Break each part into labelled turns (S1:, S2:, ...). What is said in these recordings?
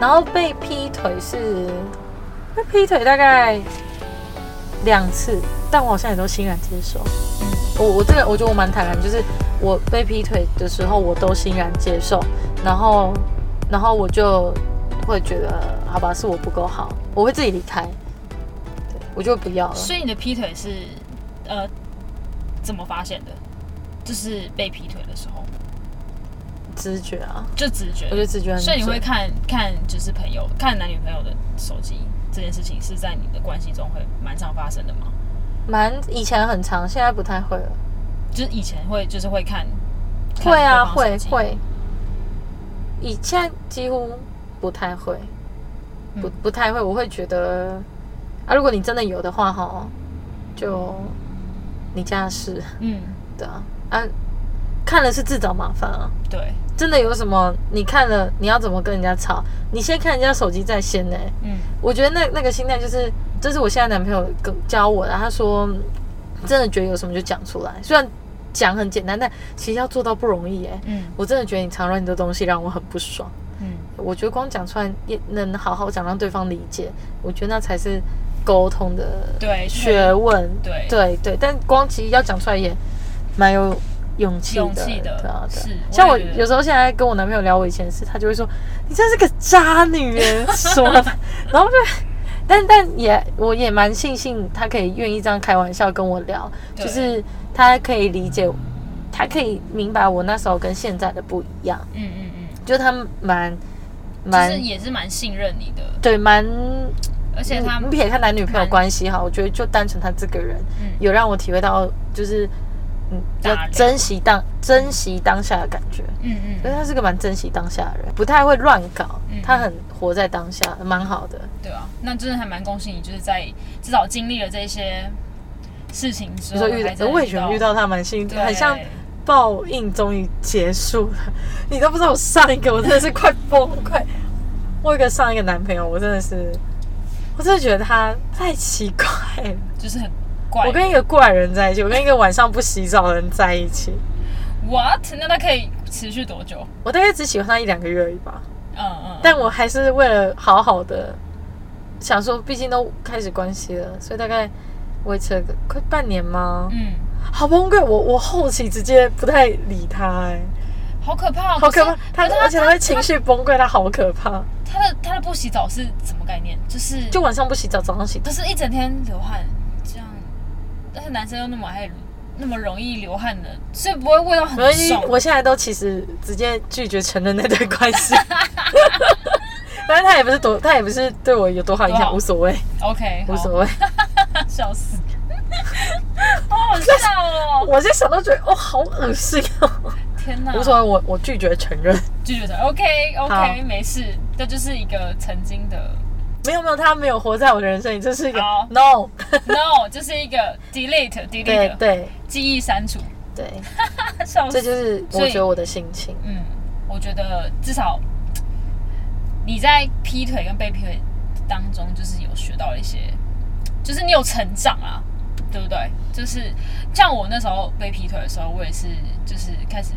S1: 然后被劈腿是被劈腿大概两次，但我好像也都欣然接受。
S2: 嗯
S1: 我我这个我觉得我蛮坦然，就是我被劈腿的时候，我都欣然接受，然后然后我就会觉得好吧，是我不够好，我会自己离开，对我就不要了。
S2: 所以你的劈腿是呃怎么发现的？就是被劈腿的时候
S1: 直觉啊，
S2: 就直觉，
S1: 我觉得直觉很准。
S2: 所以你会看看就是朋友看男女朋友的手机这件事情是在你的关系中会蛮常发生的吗？
S1: 蛮以前很长，现在不太会了。
S2: 就是以前会就是会看，看
S1: 会啊，
S2: 对方手
S1: 会
S2: 机，
S1: 会。以现在几乎不太会，不
S2: 嗯
S1: 不太会。我会觉得啊，如果你真的有的话，哈，就你家的事，
S2: 嗯，
S1: 对啊，啊，看了是自找麻烦啊。
S2: 对，
S1: 真的有什么？你看了，你要怎么跟人家吵？你先看人家手机在先呢、
S2: 嗯
S1: 我觉得那那个心态就是，这是我现在男朋友跟教我的。他说，嗯真的觉得有什么就讲出来，虽然讲很简单，但其实要做到不容易哎、
S2: 嗯
S1: 我真的觉得你藏了你的东西让我很不爽。
S2: 嗯，
S1: 我觉得光讲出来也能好好讲，让对方理解，我觉得那才是沟通的
S2: 对，
S1: 学问。
S2: 对
S1: 对对，但光其实要讲出来也蛮有勇气的，
S2: 勇气的
S1: 对啊，对啊
S2: 是我
S1: 像我
S2: 也觉得
S1: 有时候现在跟我男朋友聊我以前的事，他就会说你真是个渣女耶 什么的，然后就。但但也我也蛮庆幸他可以愿意这样开玩笑跟我聊，
S2: 对
S1: 就是他可以理解，他可以明白我那时候跟现在的不一样，
S2: 嗯嗯嗯，
S1: 就他蛮蛮、
S2: 就是也是蛮信任你的，
S1: 对蛮，
S2: 而且他嗯
S1: 你撇开男女朋友
S2: 蛮
S1: 关系哈，我觉得就单纯他这个人，
S2: 嗯
S1: 有让我体会到，就是嗯，
S2: 大
S1: 要
S2: 量
S1: 珍惜当珍惜当下的感觉，
S2: 嗯嗯
S1: 因为他是个蛮珍惜当下的人，不太会乱搞
S2: 嗯，
S1: 他很活在当下，蛮好的。
S2: 对啊，那真的还蛮恭喜你，就是在至少经历了这些事情之
S1: 你
S2: 后，
S1: 说遇
S2: 还在
S1: 到，我也觉得遇到他蛮幸运的，
S2: 对，
S1: 很像报应终于结束了。 你都不知道我上一个，我真的是快崩溃。我有一个上一个男朋友，我真的是，我真的觉得他太奇怪了。
S2: 就是很怪。
S1: 我跟一个怪人在一起，我跟一个晚上不洗澡的人在一起，
S2: what？那它可以持续多久？
S1: 我大概只喜欢他一两个月而已吧。
S2: 嗯嗯，
S1: 但我还是为了好好的，想说，毕竟都开始关系了，所以大概维持了个快半年吗？
S2: 嗯，
S1: 好崩溃，我我后期直接不太理他、哎，
S2: 好可怕、哦，
S1: 好可怕
S2: 是！
S1: 他
S2: 可是
S1: 而且他会情绪崩溃，他好可怕。
S2: 他的他的不洗澡是什么概念？就是
S1: 就晚上不洗澡，早上洗澡
S2: 不。是一整天流汗这样，但是男生又那么爱那么容易流汗的，所以不会味道很
S1: 没关系
S2: 重。，
S1: 我现在都其实直接拒绝承认那 段关系。 但是他也不是多，他也不是对我有多好影
S2: 多
S1: 响，
S2: 好
S1: 无所谓，
S2: OK，
S1: 无所
S2: 谓，
S1: 谓。
S2: 笑死，好好笑哦！
S1: 我现在想到觉得哦，好恶心哦，
S2: 啊天哪，
S1: 无所谓，我我拒绝承认。
S2: 拒绝者 OK
S1: 好
S2: OK，没事，这就是一个曾经的
S1: 没有没有，他没有活在我的人生里，这是一个
S2: 好
S1: no，
S2: No，这是一个 delete
S1: 对
S2: delete
S1: 对
S2: 记忆删除，
S1: 对，
S2: 啊笑
S1: 这
S2: 死。
S1: 就是我
S2: 所以
S1: 觉得我的心情。
S2: 嗯，我觉得至少你在劈腿跟被劈腿当中，就是有学到一些，就是你有成长啊，对不对？就是像我那时候被劈腿的时候，我也是就是开始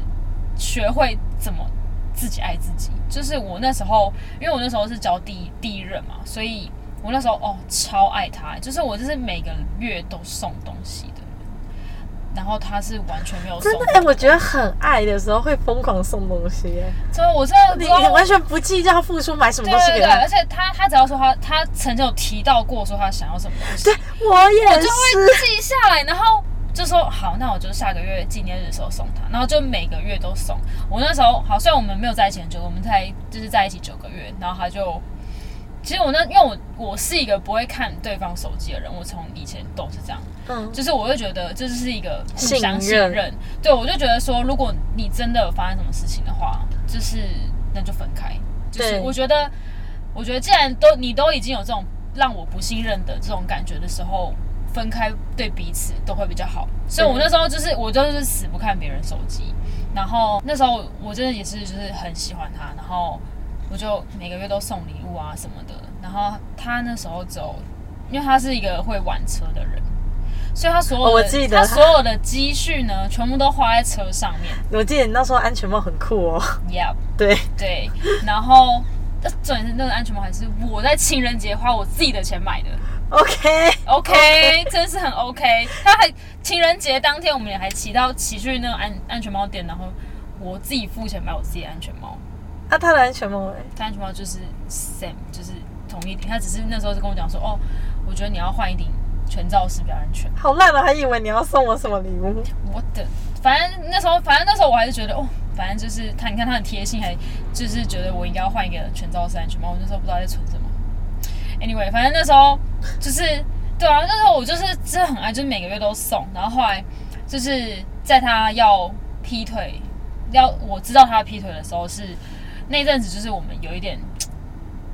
S2: 学会怎么自己爱自己。就是我那时候，因为我那时候是交第一第一任嘛，所以我那时候哦超爱他，就是我就是每个月都送东西的。然后他是完全没有送
S1: 真的，哎、我觉得很爱的时候会疯狂送东西，哎
S2: 所以我真的不
S1: 你
S2: 知道
S1: 你完全不计较付出买什么
S2: 对
S1: 东西
S2: 对
S1: 给
S2: 对，
S1: 他
S2: 而。且他他只要说他他曾经有提到过说他想要什么东西，
S1: 对，我
S2: 我
S1: 也。
S2: 就是会记下来，然后就说好，那我就下个月纪念日的时候送他，然后就每个月都送。我那时候好，虽然我们没有在一起很久，我们才就是在一起九个月，然后他就。其实我那，因为我我是一个不会看对方手机的人，我从以前都是这样，
S1: 嗯，
S2: 就是我会觉得这就是一个互
S1: 信
S2: 相
S1: 任
S2: 信任，对我就觉得说，如果你真的有发生什么事情的话，就是那就分开。就是
S1: 对
S2: 我觉得，我觉得既然都你都已经有这种让我不信任的这种感觉的时候，分开对彼此都会比较好。所以我那时候就是我就是死不看别人手机，然后那时候我真的也是就是很喜欢他，然后我就每个月都送礼物啊什么的。然后他那时候只有，因为他是一个会玩车的人，所以他所有的、
S1: 哦我记得
S2: 他所有的积蓄呢，全部都花在车上面。
S1: 我记得你那时候安全帽很酷哦。
S2: Yep。
S1: 对，
S2: 对，然后呃重点是那个安全帽还是我在情人节花我自己的钱买的。
S1: OK，
S2: OK，, 真是很 OK。他还情人节当天，我们也还骑到骑去那个安安全帽店，然后我自己付钱买我自己的安全帽。
S1: 那、啊他的安全帽哎嘞？
S2: 他安全帽就是 Sam，就是同一顶。他只是那时候是跟我讲说，哦，我觉得你要换一顶全罩式比较安全。
S1: 好烂哦，还以为你要送我什么礼物。
S2: 我的，反正那时候，反正那时候我还是觉得，哦，反正就是他，你看他很贴心，还就是觉得我应该要换一个全罩式安全帽。我那时候不知道在存什么。Anyway，反正那时候就是对啊，那时候我就是真的很爱，就是每个月都送。然后后来就是在他要劈腿，要我知道他劈腿的时候是那一阵子，就是我们有一点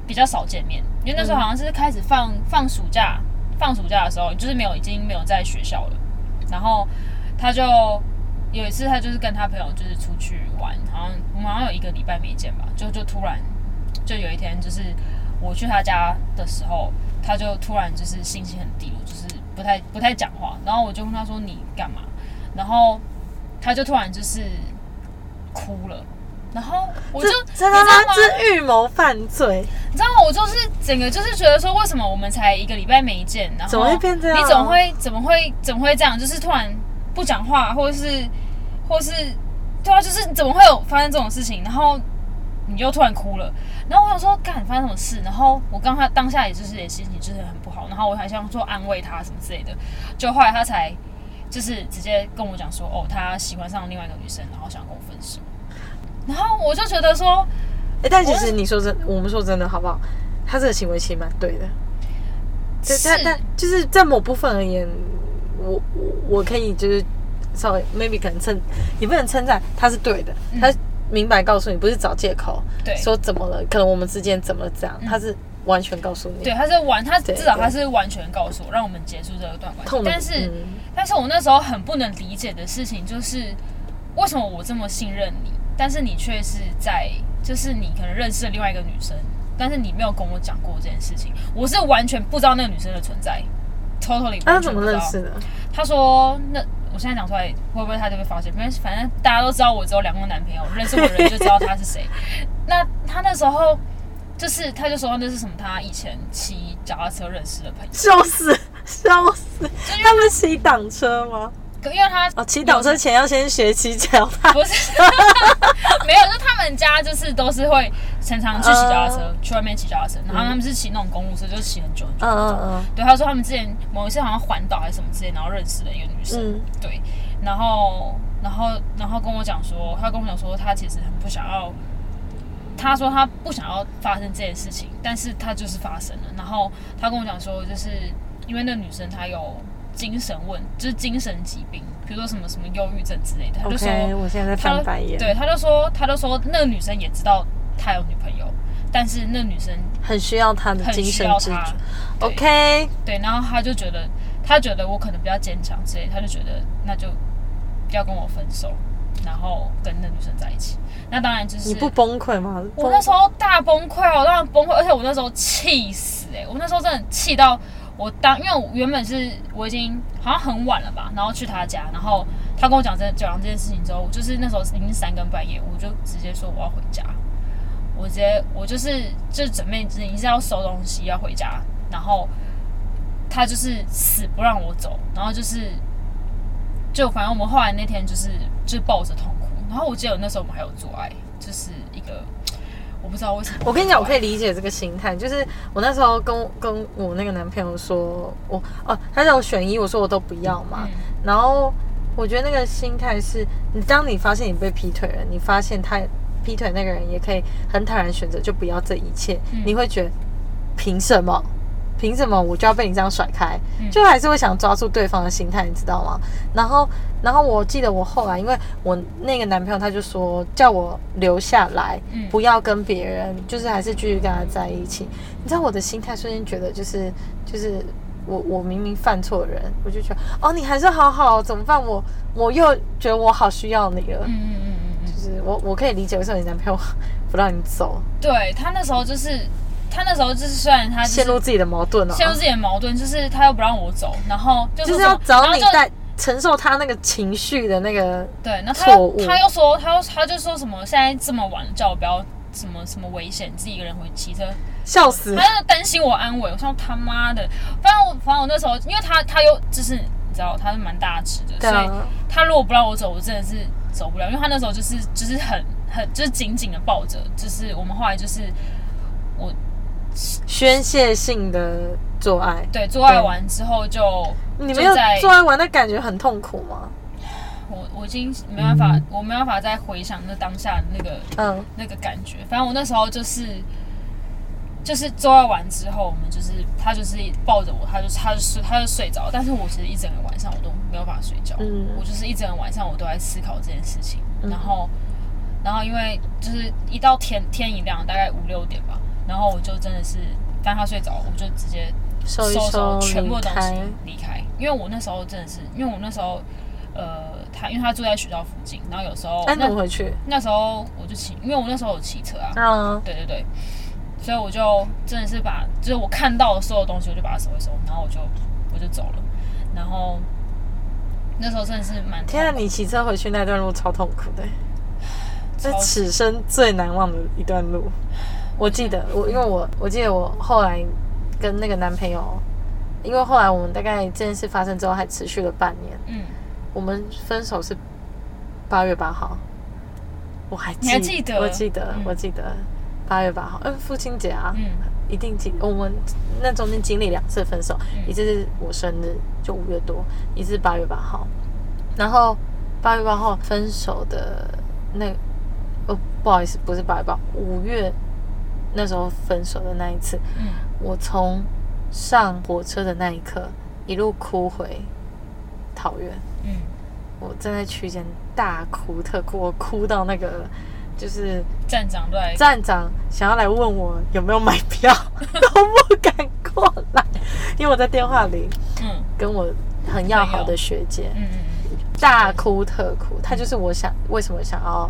S2: 比较少见面，因为那时候好像是开始放放暑假，放暑假的时候就是没有已经没有在学校了。然后他就有一次，他就是跟他朋友就是出去玩，好像我们好像有一个礼拜没见吧，就就突然就有一天，就是我去他家的时候，他就突然就是心情很低落，就是不太不太讲话。然后我就问他说你干嘛？然后他就突然就是哭了，然后我就
S1: 这
S2: 你知
S1: 这
S2: 道
S1: 他妈
S2: 吗？
S1: 是预谋犯罪，
S2: 你知道吗？我就是整个就是觉得说，为什么我们才一个礼拜没见，然后
S1: 怎么会变这样
S2: 你怎么会怎么会怎么会这样？就是突然不讲话，或者是或是对啊，就是怎么会有发生这种事情？然后你又突然哭了，然后我想说，干发生什么事？然后我刚他当下也就是也心情就是很不好，然后我还想说安慰他什么之类的，就后来他才就是直接跟我讲说，哦，他喜欢上另外一个女生，然后想跟我分手。然后我就觉得说，
S1: 哎、但其实你说真，我们说真的好不好？他这个行为其实蛮对的，对，但
S2: 是
S1: 但就是在某部分而言，我我我可以就是稍微 maybe 可能称，也不能称赞他是对的，
S2: 嗯
S1: 他明白告诉你，不是找借口
S2: 对，
S1: 说怎么了，可能我们之间怎么这样，
S2: 嗯
S1: 他是完全告诉你，
S2: 对，他是完，他
S1: 对
S2: 至少
S1: 对
S2: 他是完全告诉我，让我们结束这个段关系
S1: 痛。的，
S2: 但是，
S1: 嗯
S2: 但是我那时候很不能理解的事情就是，为什么我这么信任你，但是你却是在，就是你可能认识了另外一个女生，但是你没有跟我讲过这件事情，我是完全不知道那个女生的存在，totally
S1: 那、他啊
S2: 完
S1: 怎
S2: 全不
S1: 么
S2: 知
S1: 认
S2: 道。
S1: 识的？
S2: 他说那。我现在讲出来会不会他就会发现？没关系，反正大家都知道我只有两个男朋友，认识我的人就知道他是谁。那他那时候就是他就说那是什么？他以前骑脚踏车认识的朋友，
S1: 笑死，笑死！他们骑挡车吗？
S2: 可因为他
S1: 哦，骑挡车前要先学骑脚踏。
S2: 不是 没有，就他们家就是都是会常常去骑脚踏车去外面骑脚踏车，然后他们是骑那种公路车，就是骑很久很久。
S1: 嗯嗯
S2: 对，他说他们之前某一次好像环岛还是什么之类，然后认识了一个女生。
S1: 嗯
S2: 对，然后然后然后跟我讲说，他跟我讲说，他其实很不想要，他说他不想要发生这件事情，但是他就是发生了。然后他跟我讲说，就是因为那女生她有精神问，就是精神疾病，比如说什么什么忧郁症之类的，他
S1: 嗯。
S2: 就说
S1: OK，我现在在
S2: 他
S1: 翻白眼。
S2: 对，他就说他就说那女生也知道他有女朋友，但是那女生
S1: 很需要他的
S2: 很
S1: 精
S2: 需
S1: 神
S2: 要
S1: 支
S2: 他
S1: 柱。。OK，
S2: 对，然后他就觉得他觉得我可能比较坚强之类，他就觉得那就要跟我分手，然后跟那女生在一起。那当然就是
S1: 你不崩溃吗？
S2: 我那时候大崩溃哦，我当然崩溃，而且我那时候气死哎、我那时候真的气到我当，因为我原本是我已经好像很晚了吧，然后去他家，然后他跟我讲这讲完这件事情之后，我就是那时候已经三更半夜，我就直接说我要回家，我直接我就是就准备已经是要收东西要回家，然后他就是死不让我走，然后就是就反正我们后来那天就是就抱着痛哭，然后我记得那时候我们还有做爱，就是一个我不知道为什么，
S1: 我跟你讲，我可
S2: 以
S1: 以理解这个心态，就是我那时候跟我跟我那个男朋友说，我哦，他让我选一，我说我都不要
S2: 嗯
S1: 嘛。然后我觉得那个心态是，你当你发现你被劈腿了，你发现他劈腿那个人也可以很坦然选择就不要这一切，
S2: 嗯
S1: 你会觉得凭什么？凭什么我就要被你这样甩开？
S2: 嗯
S1: 就还是会想抓住对方的心态，你知道吗？然后，然后我记得我后来，因为我那个男朋友他就说叫我留下来，
S2: 嗯
S1: 不要跟别人，就是还是继续跟他在一起。你知道我的心态瞬间觉得就是就是我我明明犯错人，我就觉得哦你还是好好怎么办？我我又觉得我好需要你了，
S2: 嗯嗯嗯嗯嗯嗯
S1: 就是我我可以理解为什么你男朋友不让你走，
S2: 对他那时候就是，他那时候就是虽然他、就是、
S1: 陷入自己的矛盾了、
S2: 陷入自己的矛盾，就是他又不让我走，然后就
S1: 就是是要
S2: 说然
S1: 找
S2: 后
S1: 你
S2: 就
S1: 带承受他那个情绪的那个
S2: 对，那他
S1: 错误
S2: 他又说他又他就说什么现在这么晚了，叫我不要什么什么危险，你自己一个人回骑车，
S1: 笑死
S2: 他！就担心我安危。我说他妈的，反正我反正我那时候，因为他他又就是你知道他是蛮大只的，
S1: 对
S2: 所以
S1: 啊，
S2: 他如果不让我走，我真的是走不了，因为他那时候就是就是很很就是紧紧的抱着，就是我们后来就是我
S1: 宣泄性的做爱，
S2: 对做爱完之后就
S1: 你
S2: 就
S1: 没有
S2: 在
S1: 做爱完的感觉很痛苦吗？
S2: 我我已经没办法，我没办法再回想那当下那个
S1: 嗯，
S2: 那个感觉。反正我那时候就是，就是做爱完之后，我们就是他就是抱着我，他就他就睡他就睡着，但是我其实一整个晚上我都没有办法睡觉，
S1: 嗯
S2: 我就是一整个晚上我都在思考这件事情，
S1: 嗯
S2: 然后然后因为就是一到天天一亮，大概五六点吧，然后我就真的是，当他睡着，我就直接
S1: 收一收
S2: 收，全部
S1: 离
S2: 东西
S1: 开，
S2: 离开，因为我那时候真的是，因为我那时候。呃，他因为他住在学校附近，然后有时候
S1: 哎那你
S2: 那
S1: 怎么回去？
S2: 那时候我就骑，因为我那时候有骑车啊，
S1: 嗯，
S2: 对对对，所以我就真的是把，就是我看到的所有东西，我就把它收一收，然后我就我就走了，然后那时候真的是蛮
S1: 天啊，
S2: 痛苦
S1: 你骑车回去那段路超痛苦的，这
S2: 超
S1: 是此生最难忘的一段路。我记得我，因为我我记得我后来跟那个男朋友，因为后来我们大概这件事发生之后还持续了半年，
S2: 嗯，
S1: 我们分手是八月八号，我还记
S2: 你还记得
S1: 我记得，
S2: 嗯
S1: 我记得八月八号，嗯，父亲节啊，
S2: 嗯
S1: 一定经我们那中间经历两次分手，
S2: 嗯
S1: 一次是我生日，就五月多，一次八月八号，然后八月八号分手的那哦，不好意思，不是八月八，五月那时候分手的那一次，
S2: 嗯，
S1: 我从上火车的那一刻一路哭回桃园。
S2: 嗯，
S1: 我站在区间大哭特哭，我哭到那个就是
S2: 站长都来，
S1: 站长想要来问我有没有买 票，都不敢过来，因为我在电话里
S2: 嗯
S1: 跟我很要好的学姐
S2: 嗯嗯
S1: 大哭特哭，她就是我想为什么想要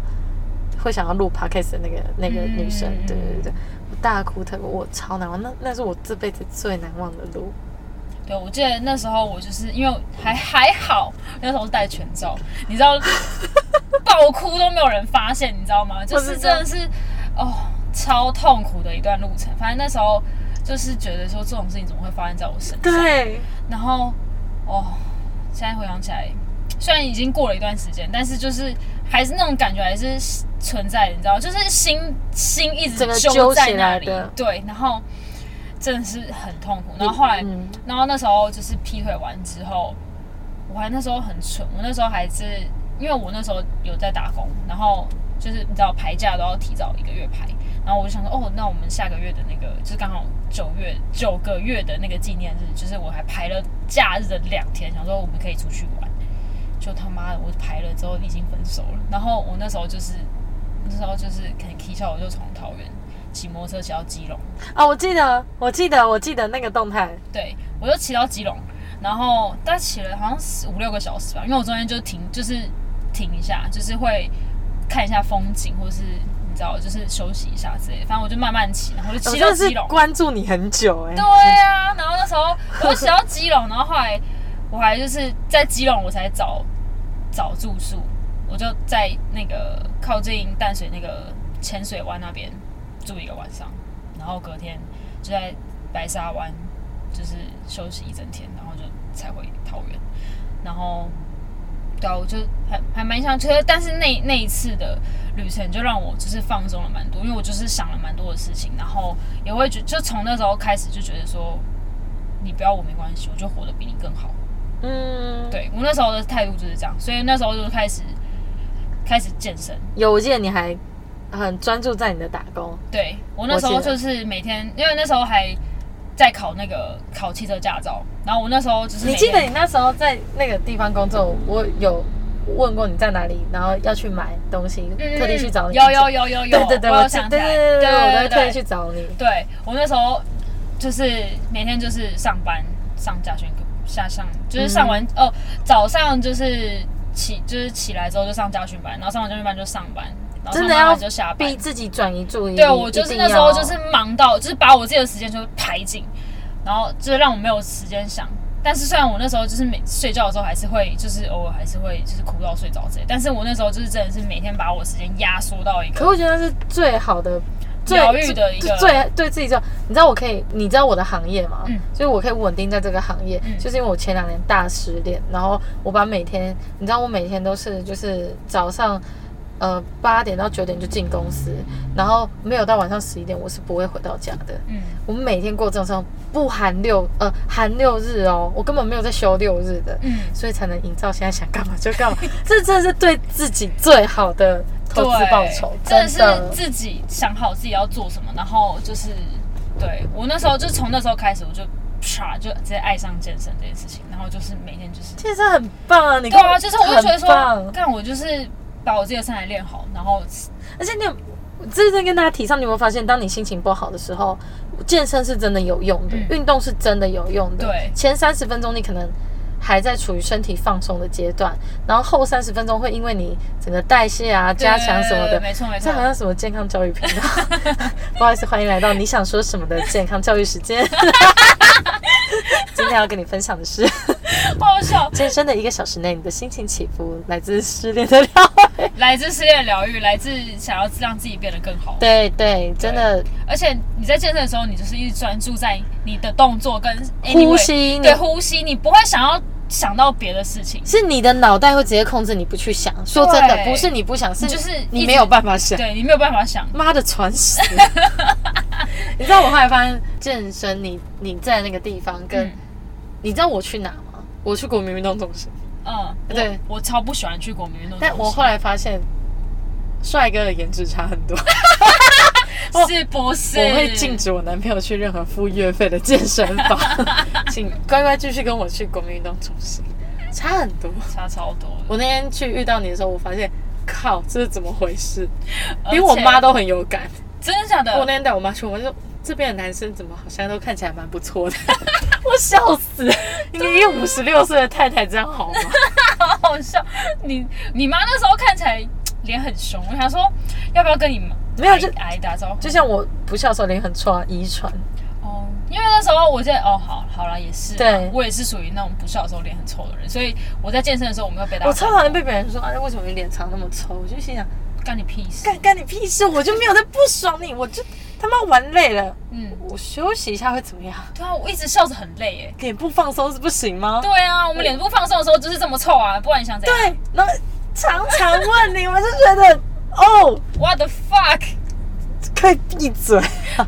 S1: 会想要录 podcast 的那个那个女生，
S2: 嗯
S1: 对对对，我大哭特哭，我超难忘，那那是我这辈子最难忘的路，
S2: 嗯，对，我记得那时候我就是因为还还好，那时候是戴全罩，你 知道爆哭都没有人发现，你知道吗？就
S1: 我
S2: 是
S1: 知
S2: 真
S1: 道
S2: 的是哦，超痛苦的一段路程。反正那时候就是觉得说这种事情怎么会发生在我身上？
S1: 对，
S2: 然后哦，现在回想起来，虽然已经过了一段时间，但是就是还是那种感觉还是存在的，你知道，就是心心一直
S1: 整个
S2: 揪
S1: 揪
S2: 在
S1: 起
S2: 那
S1: 来
S2: 里
S1: 的，
S2: 对，然后真的是很痛苦。然后后来，
S1: 嗯
S2: 然后那时候就是劈腿完之后，我还那时候很蠢，我那时候还是因为我那时候有在打工，然后就是你知道排假都要提早一个月排，然后我就想说，哦，那我们下个月的那个就是刚好九月九个月的那个纪念日，就是我还排了假日的两天，想说我们可以出去玩，就他妈的我排了之后已经分手了，然后我那时候就是那时候就是可能 K 笑，我就从桃园骑摩托车骑到基隆，
S1: 啊，我记得，我记得，我记得那个动态，
S2: 对我就骑到基隆，然后但骑了好像十五六个小时吧，因为我中间就停，就是停一下，就是会看一下风景，或是你知道，就是休息一下之类的。反正我就慢慢骑，然后就
S1: 我哦真
S2: 骑到
S1: 的
S2: 基
S1: 是
S2: 隆。
S1: 关注你很久哎、
S2: 对啊，然后那时候我就骑到基隆，然后后来我还就是在基隆我才找找住宿，我就在那个靠近淡水那个浅水湾那边住一个晚上，然后隔天就在白沙湾就是休息一整天，然后就才回桃园，然后。对啊，我就还还蛮想，就是但是那那一次的旅程就让我就是放松了蛮多，因为我就是想了蛮多的事情，然后也会觉就从那时候开始就觉得说，你不要我没关系，我就活得比你更好。
S1: 嗯，
S2: 对我那时候的态度就是这样，所以那时候就开始开始健身。
S1: 有，我记得你还很专注在你的打工，
S2: 对我那时候
S1: 我记得
S2: 就是每天，因为那时候还在考那个考汽车驾照，然后我那时候就是
S1: 你
S2: 每
S1: 记得
S2: 天
S1: 你那时候在那个地方工作，我有问过你在哪里，然后要去买东西，
S2: 嗯
S1: 特地去找你。
S2: 有有有有有，
S1: 对对对，
S2: 我有
S1: 记
S2: 想起
S1: 对
S2: 来，
S1: 对对对，我都会
S2: 对
S1: 特意
S2: 对
S1: 去找你。
S2: 对我那时候就是每天就是上班上家训课，下上就是上完、
S1: 嗯
S2: 哦，早上就是起就是起来之后就上家训班，然后上完家训班就上班，然后
S1: 真
S2: 上
S1: 的
S2: 班
S1: 要
S2: 完就下班
S1: 逼。自己转移注意力。
S2: 对我就
S1: 一
S2: 是
S1: 定
S2: 那时候
S1: 要
S2: 就是忙到就是把我自己的时间就排紧，然后就是让我没有时间想。但是虽然我那时候就是每睡觉的时候还是会，就是偶尔还是会就是哭到睡着之类，但是我那时候就是真的是每天把我时间压缩到一个
S1: 可我觉得那是最好的最
S2: 疗愈的一个
S1: 最最对自己就，你知道我可以，你知道我的行业吗？
S2: 嗯
S1: 所以我可以稳定在这个行业，
S2: 嗯
S1: 就是因为我前两年大失恋，然后我把每天，你知道我每天都是就是早上。呃，八点到九点就进公司，然后没有到晚上十一点，我是不会回到家的。
S2: 嗯，
S1: 我们每天过这种生活，不含六呃含六日哦，我根本没有在休六日的，
S2: 嗯
S1: 所以才能营造现在想干嘛就干嘛， 这真的是对自己最好的投资
S2: 对
S1: 报酬，
S2: 真
S1: 真
S2: 的
S1: 的
S2: 是自己想好自己要做什么，然后就是对我那时候就是从那时候开始，我就啪就直接爱上健身这件事情，然后就是每天就是
S1: 健身很棒啊！你
S2: 对
S1: 看
S2: 啊，就是我就觉得
S1: 很棒
S2: 说，干我就是把我自己的身材练好，然后
S1: 而且你有，这是跟大家提倡，你有没有发现，当你心情不好的时候，健身是真的有用的，
S2: 嗯
S1: 运动是真的有用的。
S2: 对
S1: 前三十分钟你可能还在处于身体放松的阶段，然后后三十分钟会因为你整个代谢啊加强什么
S2: 对对对
S1: 的。
S2: 没错没错
S1: 这 好。像什么健康教育 频道，不好意思，欢迎来到你想说什么的健康教育时 间。今天要跟你分享的是
S2: 爆笑，
S1: 健身的一个小时内，你的心情起伏来自失恋的疗愈。
S2: 来自失恋的疗愈，来自想要让自己变得更好。
S1: 对对，真的
S2: 而且你在健身的时候，你就是一直专注在你的动作跟 anyway,
S1: 呼吸，你
S2: 对呼吸，你不会想要想到别的事情。
S1: 是你的脑袋会直接控制你不去想。说真的，
S2: 对
S1: 不是你不想，是
S2: 就是一
S1: 你
S2: 直
S1: 没有办法想。
S2: 对你没有办法想，
S1: 妈的，传 死！你知道我后来发现健身你，你在那个地方跟、
S2: 嗯
S1: 你知道我去哪吗？我去国民运动中心，
S2: 嗯，我
S1: 对
S2: 我超不喜欢去国民运动中心，
S1: 但我后来发现，帅哥的颜值差很 多。我
S2: 是不是
S1: 哦我会禁止我男朋友去任何付月费的健身 房，请乖乖继续跟我去国民运动中心，差很多。
S2: 差超多的，
S1: 我那天去遇到你的时候，我发现，靠，这是怎么回事？
S2: 而且
S1: 连我妈都很有感。
S2: 真的假的？
S1: 我那天带我妈去，我妈就这边的男生怎么好像都看起来蛮不错的， 我笑 死！你一个五十六岁的太太这样好吗？
S2: 好好笑，你你妈那时候看起来脸很凶，我想说要不要跟你妈
S1: 没有就
S2: 阿姨打招呼？
S1: 就像我不笑的时候脸很臭啊，遗传。
S2: 哦，因为那时候我在哦，好好啦，也是啊，
S1: 对
S2: 我也是属于那种不笑的时候脸很臭的人，所以我在健身的时候我没有被打。
S1: 我超讨厌被别人说，哎，为什么你脸长那么臭？我就心想，
S2: 干你屁事！
S1: 干干你屁事！我就没有在不爽你，我就他妈玩累了，
S2: 嗯，
S1: 我休息一下会怎么样？
S2: 对啊，我一直笑着很累耶。
S1: 脸部放松是不行吗？
S2: 对啊，我们脸部放松的时候就是这么臭啊，不然你想怎样
S1: 对，然后常常问你，我就觉得，哦，
S2: ？What the fuck？
S1: 可以闭嘴。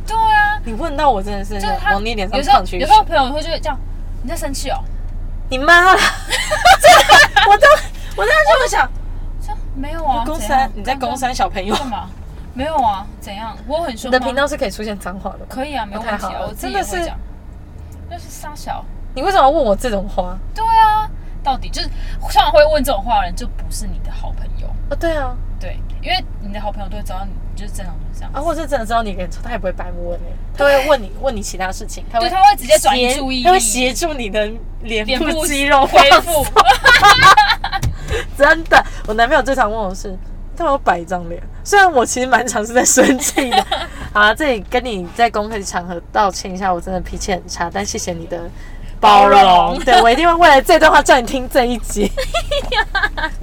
S2: 对啊，
S1: 你问到我真的是
S2: 就是他
S1: 往你脸上
S2: 有时候
S1: 烫去
S2: 有时候朋友会就会这样，你在生气哦？
S1: 你妈！我当我当时就 想，
S2: 说没有啊，
S1: 公
S2: 怎样
S1: 山你在公山小朋友，
S2: 干嘛？没有啊，怎样？我很凶
S1: 你
S2: 吗？
S1: 的频道是可以出现脏话的吗？
S2: 可以啊，没有问题
S1: 太
S2: 啊
S1: 好，了
S2: 我自
S1: 真
S2: 己也
S1: 的
S2: 会
S1: 是
S2: 讲。那是傻小。
S1: 你为什么要问我这种话？
S2: 对啊，到底就是通常会问这种话的人，就不是你的好朋友。
S1: 啊，对啊，
S2: 对，因为你的好朋友都会知道你就是正常就是这样。
S1: 啊，或者真的知道你脸臭，他也不会白目问你，他会问你问你其他事情，他
S2: 对，
S1: 会
S2: 他会直接转移注意力，
S1: 他会协助你的脸
S2: 脸
S1: 部
S2: 部
S1: 肌肉
S2: 恢
S1: 放松
S2: 复。
S1: 真的，我男朋友最常问我是，你干嘛要摆一张脸？虽然我其实蛮常是在生气 的。好啦，这里跟你在公开场合道歉一下，我真的脾气很差，但谢谢你的包容。
S2: 包容
S1: 对我一定会为了这段话叫你听这一 集。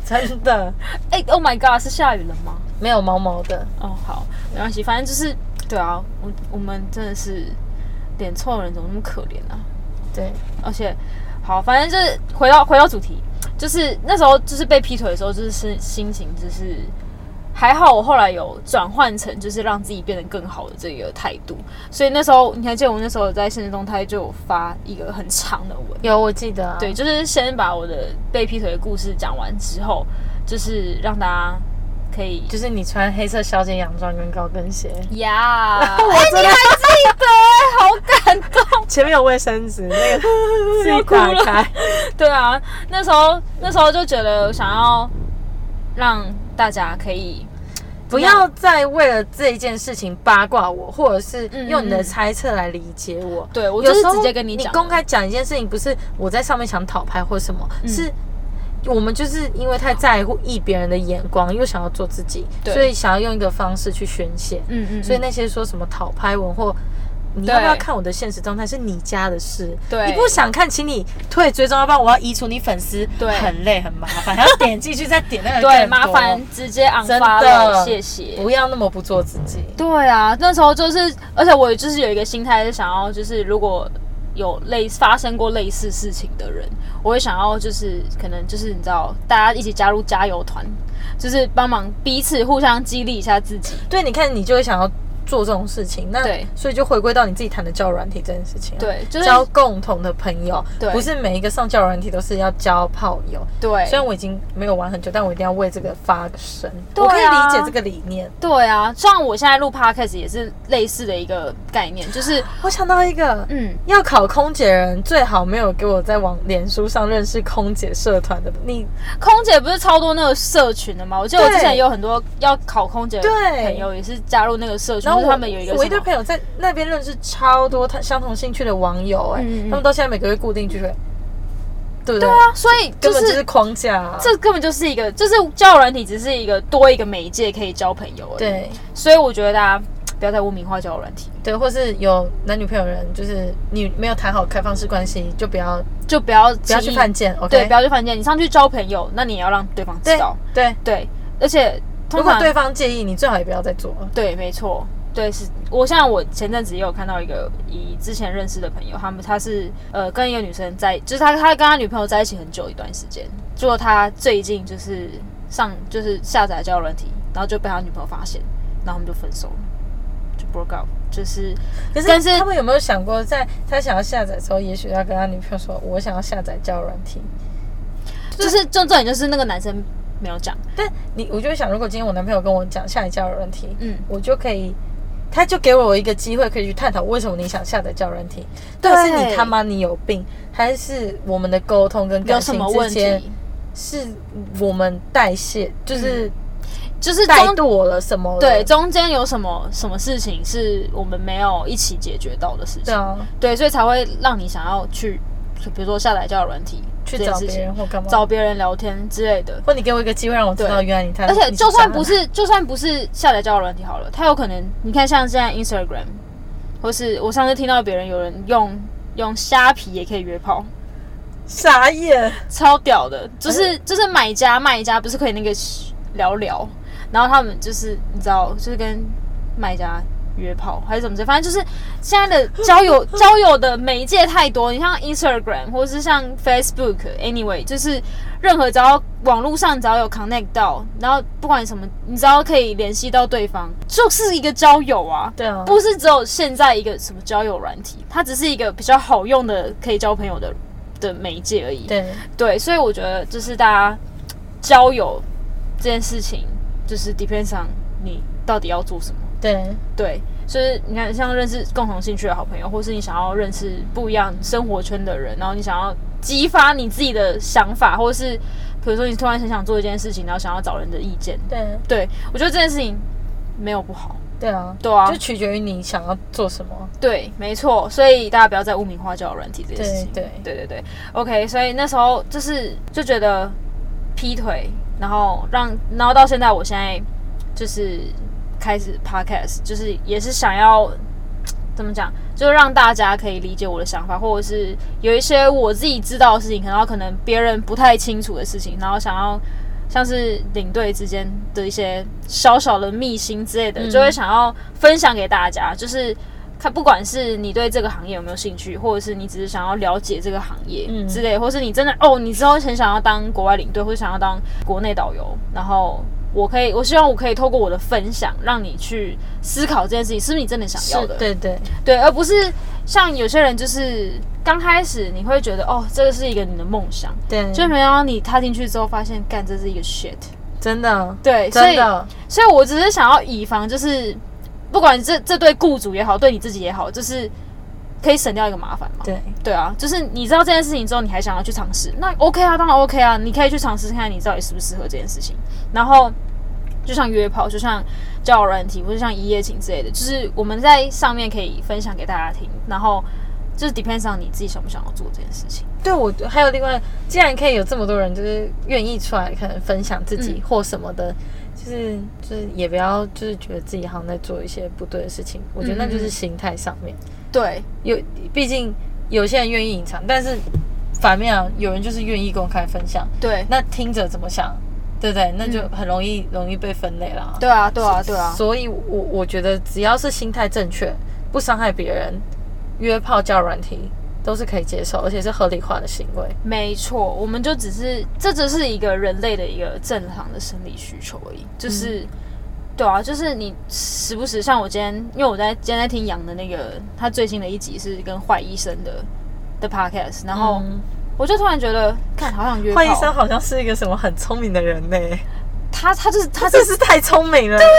S1: 真的
S2: 哎、o
S1: ，Oh
S2: h my god，是下雨了吗？
S1: 没有毛毛的，
S2: 哦，好，没关系，反正就是，对啊，我我们真的是脸臭的人怎么那么可怜啊？
S1: 对，
S2: 而且，好，反正就是回到回到主题，就是那时候就是被劈腿的时候，就是心心情就是还好，我后来有转换成就是让自己变得更好的这个态度。所以那时候你还记得我那时候在现实动态就有发一个很长的文，
S1: 有我记得啊。
S2: 对，，就是先把我的被劈腿的故事讲完之后，就是让大家可以
S1: 就是你穿黑色小姐洋装跟高跟鞋，
S2: 呀，
S1: 我真的
S2: 好感 动。
S1: 前面有卫生纸，那个自己
S2: 要哭
S1: 打
S2: 了
S1: 开。
S2: 对啊，那时候那时候就觉得想要让大家可以
S1: 不要再为了这一件事情八卦我，或者是用你的猜测来理解我。
S2: 对我
S1: 有
S2: 就是
S1: 时候
S2: 直接跟你
S1: 你
S2: 讲的，
S1: 公开讲一件事情，不是我在上面想讨拍或什么，
S2: 嗯
S1: 是我们就是因为太在乎意别人的眼光，又想要做自己，
S2: 对
S1: 所以想要用一个方式去宣泄。
S2: 嗯嗯，
S1: 所以那些说什么讨拍文或你要不要
S2: 对
S1: 看我的现实状态是你家的事，
S2: 对
S1: 你不想看，请你退追踪，要不然我要移除你粉丝，
S2: 对
S1: 很累很麻烦，还要点进去再点那个，
S2: 对，麻烦，直接 u n
S1: 真
S2: f
S1: 的
S2: o l 谢谢。
S1: 不要那么不做自己。
S2: 对啊，那时候就是，而且我就是有一个心态，是想要就是如果有类发生过类似事情的人，我会想要就是可能就是你知道，大家一起加入加油团，就是帮忙彼此互相激励一下自己。
S1: 对，你看你就会想要做这种事情，那
S2: 对
S1: 所以就回归到你自己谈的交友软体这件事情、啊，
S2: 对，就是
S1: 交共同的朋友，
S2: 对
S1: 不是每一个上交友软体都是要交炮友。
S2: 对
S1: 虽然我已经没有玩很久，但我一定要为这个发声。
S2: 对啊
S1: 我可以理解这个理念。
S2: 对啊，像我现在录 podcast 也是类似的一个概念，就是
S1: 我想到一个，
S2: 嗯，
S1: 要考空姐人最好没有给我在网脸书上认识空姐社团的你，
S2: 空姐不是超多那个社群的吗？我记得我之前
S1: 对
S2: 也有很多要考空姐的
S1: 对
S2: 朋友也是加入那个社群，
S1: 然后
S2: 或
S1: 我
S2: 是他们有一个
S1: 我
S2: 什
S1: 一堆
S2: 么
S1: 朋友在那边认识超多他相同兴趣的网友、哎、
S2: 嗯嗯嗯
S1: 他们到现在每个月固定聚会，对不对？
S2: 对啊，所以
S1: 根
S2: 就
S1: 本就是是框架啊、
S2: 这根本就是一个，就是交友软体只是一个多一个媒介可以交朋友而已。，
S1: 对
S2: 所以我觉得大家不要再污名化交友软体，
S1: 对，或是有男女朋友的人，就是你没有谈好开放式关系，就不要
S2: 就不要
S1: 不要去
S2: 轻易
S1: 犯贱，OK？
S2: 对，不要去犯贱。你上去交朋友，那你也要让对方知
S1: 对
S2: 道，
S1: 对。
S2: 对，而且
S1: 如
S2: 通
S1: 果
S2: 常
S1: 对方介意，你最好也不要再做。
S2: 对，没错，对，是我像我前阵子也有看到一个以之前认识的朋友，他们他是呃跟一个女生在，就是他他跟他女朋友在一起很久一段时间，结果他最近就是上就是下载交友软体，然后就被他女朋友发现，然后他们就分手了，就 broke up，就是
S1: 可
S2: 但是
S1: 是他们有没有想过，在他想要下载的时候，也许要跟他女朋友说：“我想要下载交友软体。
S2: 就是就重点就是那个男生没有讲，”
S1: 但你，我就会想，如果今天我男朋友跟我讲下载交友软体，
S2: 嗯，
S1: 我就可以，他就给我一个机会，可以去探讨为什么你想下载交友软体，到底是你他妈你有病，还是我们的沟通跟
S2: 有
S1: 感
S2: 什
S1: 情
S2: 么
S1: 之
S2: 问
S1: 间
S2: 题？
S1: 是我们代谢，就是
S2: 就是
S1: 怠
S2: 中
S1: 惰了什么了
S2: 嗯对中间有什么什么事情是我们没有一起解决到的事情，
S1: 对啊，
S2: 对，所以才会让你想要去，就比如说下载交友软体
S1: 去
S2: 这件
S1: 找
S2: 事
S1: 别
S2: 情
S1: 人，或干嘛，
S2: 找别人聊天之类的。
S1: 或你给我一个机会让我知道，
S2: 对
S1: 原来你他，
S2: 而且
S1: 你
S2: 就算
S1: 渣
S2: 不是，就算不是下载交友软体好了，它有可能，你看像现在 Instagram，或是我上次听到别人有人用用虾皮也可以约炮，
S1: 傻眼，
S2: 超屌的，就是就是买家卖家不是可以那个聊聊，然后他们就是你知道，就是跟卖家约炮还是怎么着，反正就是现在的交友交友的媒介太多，你像 Instagram 或是像 Facebook，anyway，就是任何只要网络上只要有 connect 到，然后不管什么，你只要可以联系到对方，就是一个交友啊。
S1: 对啊，
S2: 不是只有现在一个什么交友软体，它只是一个比较好用的可以交朋友的的媒介而已。
S1: 对，
S2: 对，所以我觉得就是大家交友这件事情，就是 depends on 你到底要做什么。
S1: 对，
S2: 对，就是你看，像认识共同兴趣的好朋友，或是你想要认识不一样生活圈的人，然后你想要激发你自己的想法，或是比如说你突然很想做一件事情，然后想要找人的意见。
S1: 对，
S2: 对我觉得这件事情没有不好。
S1: 对啊，
S2: 对啊
S1: 就，取决于你想要做什么。
S2: 对，没错，所以大家不要再污名化交友软体这件事情。
S1: 对
S2: 对对对，OK，所以那时候就是就觉得劈腿，然后让，然后到现在，我现在就是开始 podcast，就是也是想要怎么讲，就是让大家可以理解我的想法，或者是有一些我自己知道的事情，然后可能别人不太清楚的事情，然后想要像是领队之间的一些小小的秘辛之类的，
S1: 嗯
S2: 就会想要分享给大家，就是。看，不管是你对这个行业有没有兴趣，或者是你只是想要了解这个行业
S1: 嗯
S2: 之类，或是你真的哦，你之后很想要当国外领队，或者想要当国内导游，然后我可以，我希望我可以透过我的分享，让你去思考这件事情是不是你真的想要
S1: 是
S2: 的，
S1: 对对
S2: 对，而不是像有些人就是刚开始你会觉得哦，这个是一个你的梦想，
S1: 对，
S2: 就没想到你踏进去之后发现，干这是一个 shit。
S1: 真的，
S2: 对，所
S1: 真
S2: 以
S1: 的，
S2: 所以我只是想要以防，就是不管这这对雇主也好，对你自己也好，就是可以省掉一个麻烦嘛。
S1: 对
S2: 对啊，就是你知道这件事情之后，你还想要去尝试，那 OK 啊，当然 OK 啊，你可以去尝试看看你到底适不适合这件事情。然后就像约炮，就像交友软体，或者像一夜情之类的，就是我们在上面可以分享给大家听，然后就是 depends on 你自己想不想要做这件事情。
S1: 对。我还有另外，既然可以有这么多人，就是愿意出来可能分享自己
S2: 嗯
S1: 或什么的，就是就是也不要就是觉得自己好像在做一些不对的事情。我觉得那就是
S2: 嗯嗯
S1: 心态上面。
S2: 对，
S1: 有，毕竟有些人愿意隐藏，但是反面啊，有人就是愿意公开分享。
S2: 对，
S1: 那听者怎么想，对不对？那
S2: 嗯
S1: 就很容易、容易被分类啦。
S2: 对啊，对啊，对啊，
S1: 所以我，我觉得只要是心态正确，不伤害别人，约炮叫软体都是可以接受，而且是合理化的行为。
S2: 没错，我们就只是这只是一个人类的一个正常的生理需求而已，就是。对啊，就是你时不时像我今天，因为我在今天在听杨的那个他最新的一集是跟坏医生的的 podcast，然后
S1: 嗯
S2: 我就突然觉得，看好想约炮
S1: 坏医生 好像是一个什么很聪明的人 呢、
S2: 他他就是他
S1: 他
S2: 就
S1: 真
S2: 是
S1: 是太聪明了。对啊，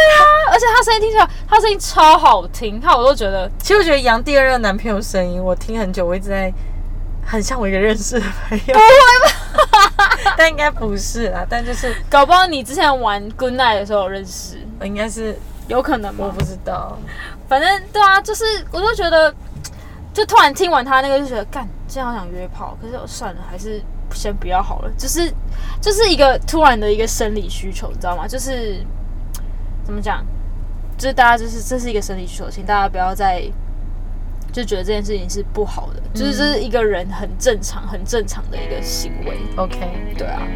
S2: 他，而且他声音听起来，他声音超好听，看我都觉得
S1: 其实我觉得杨第二任男朋友声音，我听很久，我一直在很像我一个认识的朋友。不会吧？ 但应该不是啦，但就是
S2: 搞不好你之前玩 Good Night 的时候有认识，
S1: 应该是
S2: 有可能
S1: 我
S2: 吗？
S1: 不知道。
S2: 反正对啊，就是我就觉得，就突然听完他那个就觉得，干，这样好想约炮，可是我算了，还是先不要好了。就是就是一个突然的一个生理需求，你知道吗？就是怎么讲，就是大家就是这是一个生理需求，请大家不要再就觉得这件事情是不好的，就是这是一个人很正常、很正常的一个行为。
S1: OK，
S2: 对啊。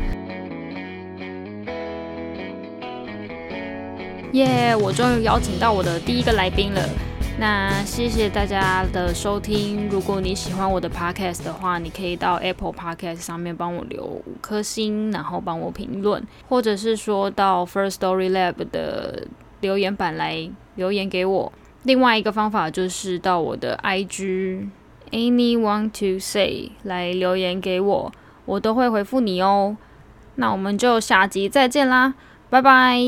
S2: 耶我终于邀请到我的第一个来宾了。那谢谢大家的收听。如果你喜欢我的 podcast 的话，你可以到 Apple Podcast 上面帮我留五颗星，然后帮我评论，或者是说到 First Story Lab 的留言板来留言给我。另外一个方法就是到我的 IG anyone to say 来留言给我，我都会回复你哦。那我们就下集再见啦，拜拜。